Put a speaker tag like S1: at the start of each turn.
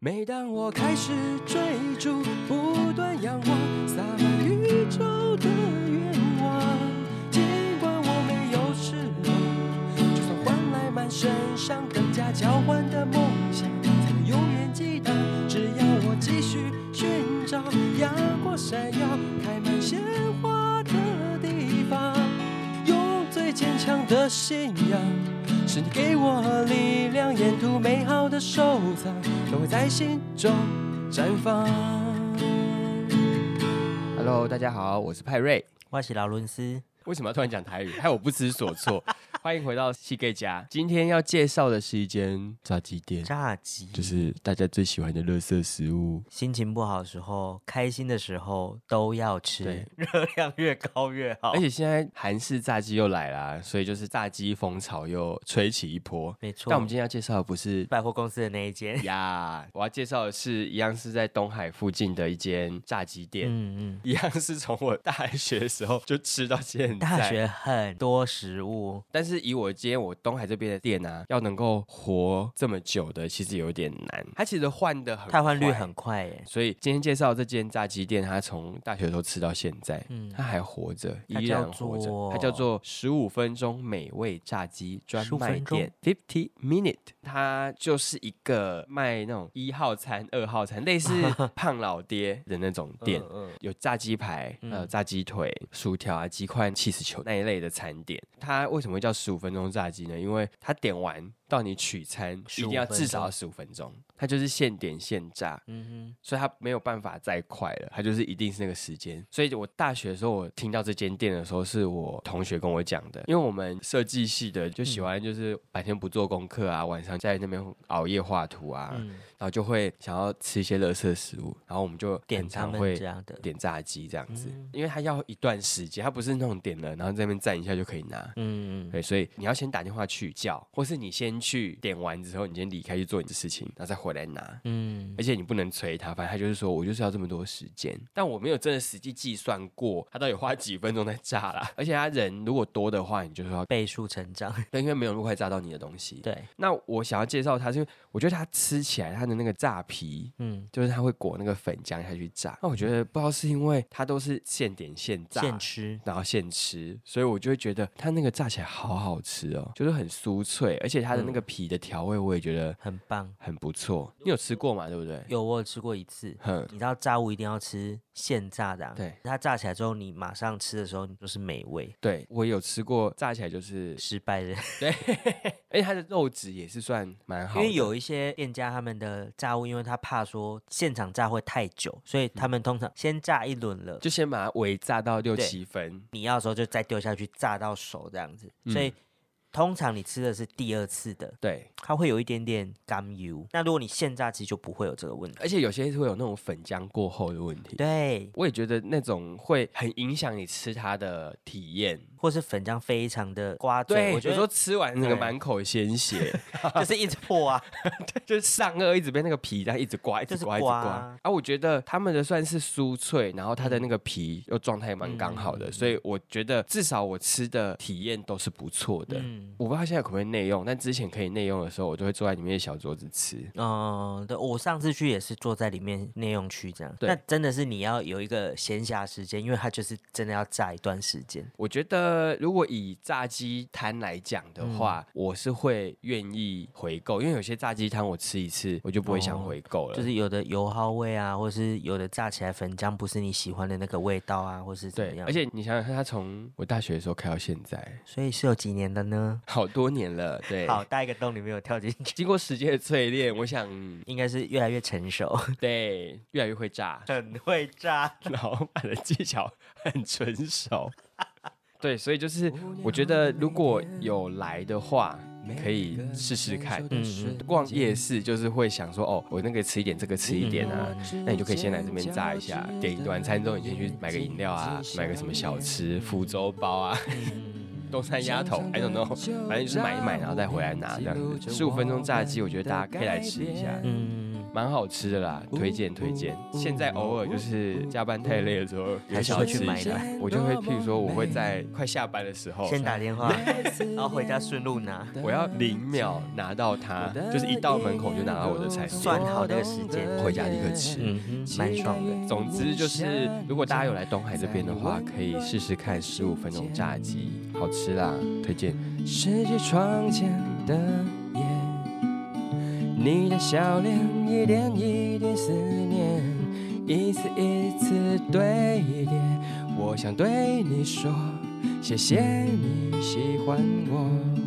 S1: 每当我开始追逐，不断仰望，洒满宇宙的愿望。尽管我没有翅膀，就算换来满身伤，更加交换的梦想，才能永远激荡。只要我继续寻找，阳光闪耀，开满鲜花的地方，用最坚强的信仰。是你给我力量，沿途美好的收藏都会在心中绽放。Hello，大家好，我是派瑞。
S2: 我是劳伦斯。
S1: 为什么要突然讲台语？害我不知所措。欢迎回到西给家，今天要介绍的是一间炸鸡店，
S2: 炸鸡
S1: 就是大家最喜欢的垃圾食物。
S2: 心情不好的时候、开心的时候都要吃
S1: 对， 哎
S2: 热量越高越好
S1: 而。且现在韩式炸鸡又来啦，所以就是炸鸡风潮又吹起一波。
S2: 没错。
S1: 但我们今天要介绍的不 是
S2: 百货公司的那一间，
S1: 呀我要介绍的是一样是在东海附近的一间炸鸡店。
S2: 嗯嗯，
S1: 一样是从我大学的时候就吃到现在。
S2: 大，学很多食物，
S1: 但是以我今天我东海这边的店啊，要能够活这么久的，其实有点难。它其实换的很，
S2: 汰换率很。快耶。
S1: 所以今天介绍这间炸鸡店，它从大学的时候吃到现在，
S2: 嗯
S1: 它还活着，
S2: 它
S1: 依然活
S2: 叫
S1: 着。
S2: 做
S1: 它叫做十五分钟美味炸鸡专
S2: 15
S1: 卖
S2: 分钟
S1: 店，Fifty Minute。它就是一个卖那种一号餐、二号餐， 类似胖老爹的那种店。
S2: 嗯嗯
S1: 有炸鸡排，还有炸鸡腿、薯条啊、鸡块、气 e 球那一类的餐点。它为什么会叫十五分钟炸鸡呢？因为它点完到你取餐，一定要
S2: 15分钟
S1: 至少十五分钟，它就是现点现炸，
S2: 嗯
S1: 所以它没有办法再快了，它就是一定是那个时间。所以我大学的时候，我听到这间店的时候，是我同学跟我讲的，因为我们设计系的就喜欢就是白天不做功课啊，晚上在那边熬夜画图啊，
S2: 哼嗯，
S1: 然后就会想要吃一些垃圾食物，然后我们就
S2: 点
S1: 很
S2: 他
S1: 常
S2: 们
S1: 会
S2: 这样的，
S1: 点炸鸡这样子，
S2: 嗯
S1: 因为它要一段时间，它不是那种点了然后在那边站一下就可以拿。
S2: 嗯嗯
S1: 对，所以你要先打电话去叫，或是你先去点完之后，你先离开去做你的事情，然后再回来拿。
S2: 嗯
S1: 而且你不能催他，反正他就是说我就是要这么多时间，但我没有真的实际计算过他到底花几分钟在炸啦。 而且他人如果多的话，你就是要，
S2: 倍数成长，
S1: 对因为没有那么快炸到你的东西。
S2: 对，
S1: 那我想要介绍它，是因为我觉得它吃起来它的那个炸皮
S2: 嗯，
S1: 就是它会裹那个粉浆下去炸。那我觉得不知道是因为它都是现点现炸，
S2: 现吃，
S1: 然后现吃，所以我就会觉得它那个炸起来好好吃哦，就是很酥脆，而且它的那个
S2: 嗯
S1: 皮的调味我也觉得
S2: 很棒。
S1: 很不错。你有吃过嘛？对不对？
S2: 有我有吃过一次，
S1: 哼，
S2: 你知道炸物一定要吃现炸的、啊，
S1: 对，
S2: 它炸起来之后，你马上吃的时候，你就是美味。
S1: 对我有吃过，炸起来就是，
S2: 失败的，
S1: 而且它的肉质也是算蛮好
S2: 因
S1: 的，
S2: 为有一些店家他们的炸物，因为他怕说现场炸会太久，所以
S1: 嗯
S2: 他们通常先炸一轮了，
S1: 就先把它微炸到六
S2: 对
S1: 七分，
S2: 你要的时候就再丢下去炸到熟这样子。所以
S1: 嗯
S2: 通常你吃的是第二次的，
S1: 对。
S2: 它会有一点点甘油。那如果你现炸，其实就不会有这个问题。
S1: 而且有些是会有那种粉浆过后的问题，
S2: 对，
S1: 我也觉得那种会很影响你吃它的体验。
S2: 或是粉浆非常的刮
S1: 对，
S2: 嘴，我觉
S1: 有时候
S2: 得嗯
S1: 吃完整个
S2: 对
S1: 满口鲜血，
S2: 就是一直破啊，
S1: 就是上颚一直被那个皮这样一直刮，一直
S2: 就是
S1: 刮，一直
S2: 刮
S1: 刮
S2: 啊。嗯
S1: 啊，我觉得他们的算是酥脆，然后它的那个皮又状态蛮刚好的，所以我觉得至少我吃的体验都是不错的。
S2: 嗯。
S1: 我不知道现在可不可以内用，但之前可以内用的时候，我就会坐在里面的小桌子吃。
S2: 嗯，对，我上次去也是坐在里面内用区这样，
S1: 对
S2: 那真的是你要有一个闲暇时间，因为它就是真的要炸一段时间。
S1: 我觉得如果以炸鸡摊来讲的
S2: 嗯
S1: 话，我是会愿意回购，因为有些炸鸡摊我吃一次，我就不会想
S2: 哦
S1: 回购了。
S2: 就是有的油耗味啊，或是有的炸起来粉浆不是你喜欢的那个味道啊，或是怎么
S1: 对，
S2: 样。
S1: 而，且你想想看，他从我大学的时候开到现在，
S2: 所以是有几年的呢？
S1: 好多年了。对，
S2: 好大一个洞，你没有跳进去，
S1: 经过时间的淬炼，我想
S2: 应该是越来越成熟，，
S1: 对越来越会炸
S2: 很会炸。
S1: 老板的技巧很纯熟。 对，所以就是我觉得如果有来的话，可以试试看。
S2: 嗯
S1: 嗯逛夜市就是会想说，哦，我那个吃一点，这个吃一点啊，那你就可以先来这边炸一下，点一碗餐之后，你先去买个饮料啊，买个什么小吃，福州包啊，
S2: 嗯
S1: 东山鸭头，I don't know，反正就是买一买，然后再回来拿这样子。十五分钟炸鸡，我觉得大家可以来吃一下。
S2: 嗯，
S1: 蛮好吃的啦，
S2: 哦
S1: 推荐推荐。现在偶尔就是加班太累了之后，
S2: 还是
S1: 想
S2: 会去
S1: 吃
S2: 买
S1: 一下
S2: 的，
S1: 我就会，譬如说，我会在快下班的时候，
S2: 先打电话，然后回家顺路拿。
S1: 我要零秒拿到它，就是一到门口就拿到我的菜
S2: 算
S1: 点，
S2: 好那个时间
S1: 回家立刻吃。
S2: 嗯哼，蛮爽的。
S1: 总之就是，如果大家有来东海这边的话，可以试试看十五分钟炸鸡，好吃啦，推荐。
S3: 失去窗前的夜，你的笑脸一点一点思念，一次一次堆叠。我想对你说，谢谢你喜欢我。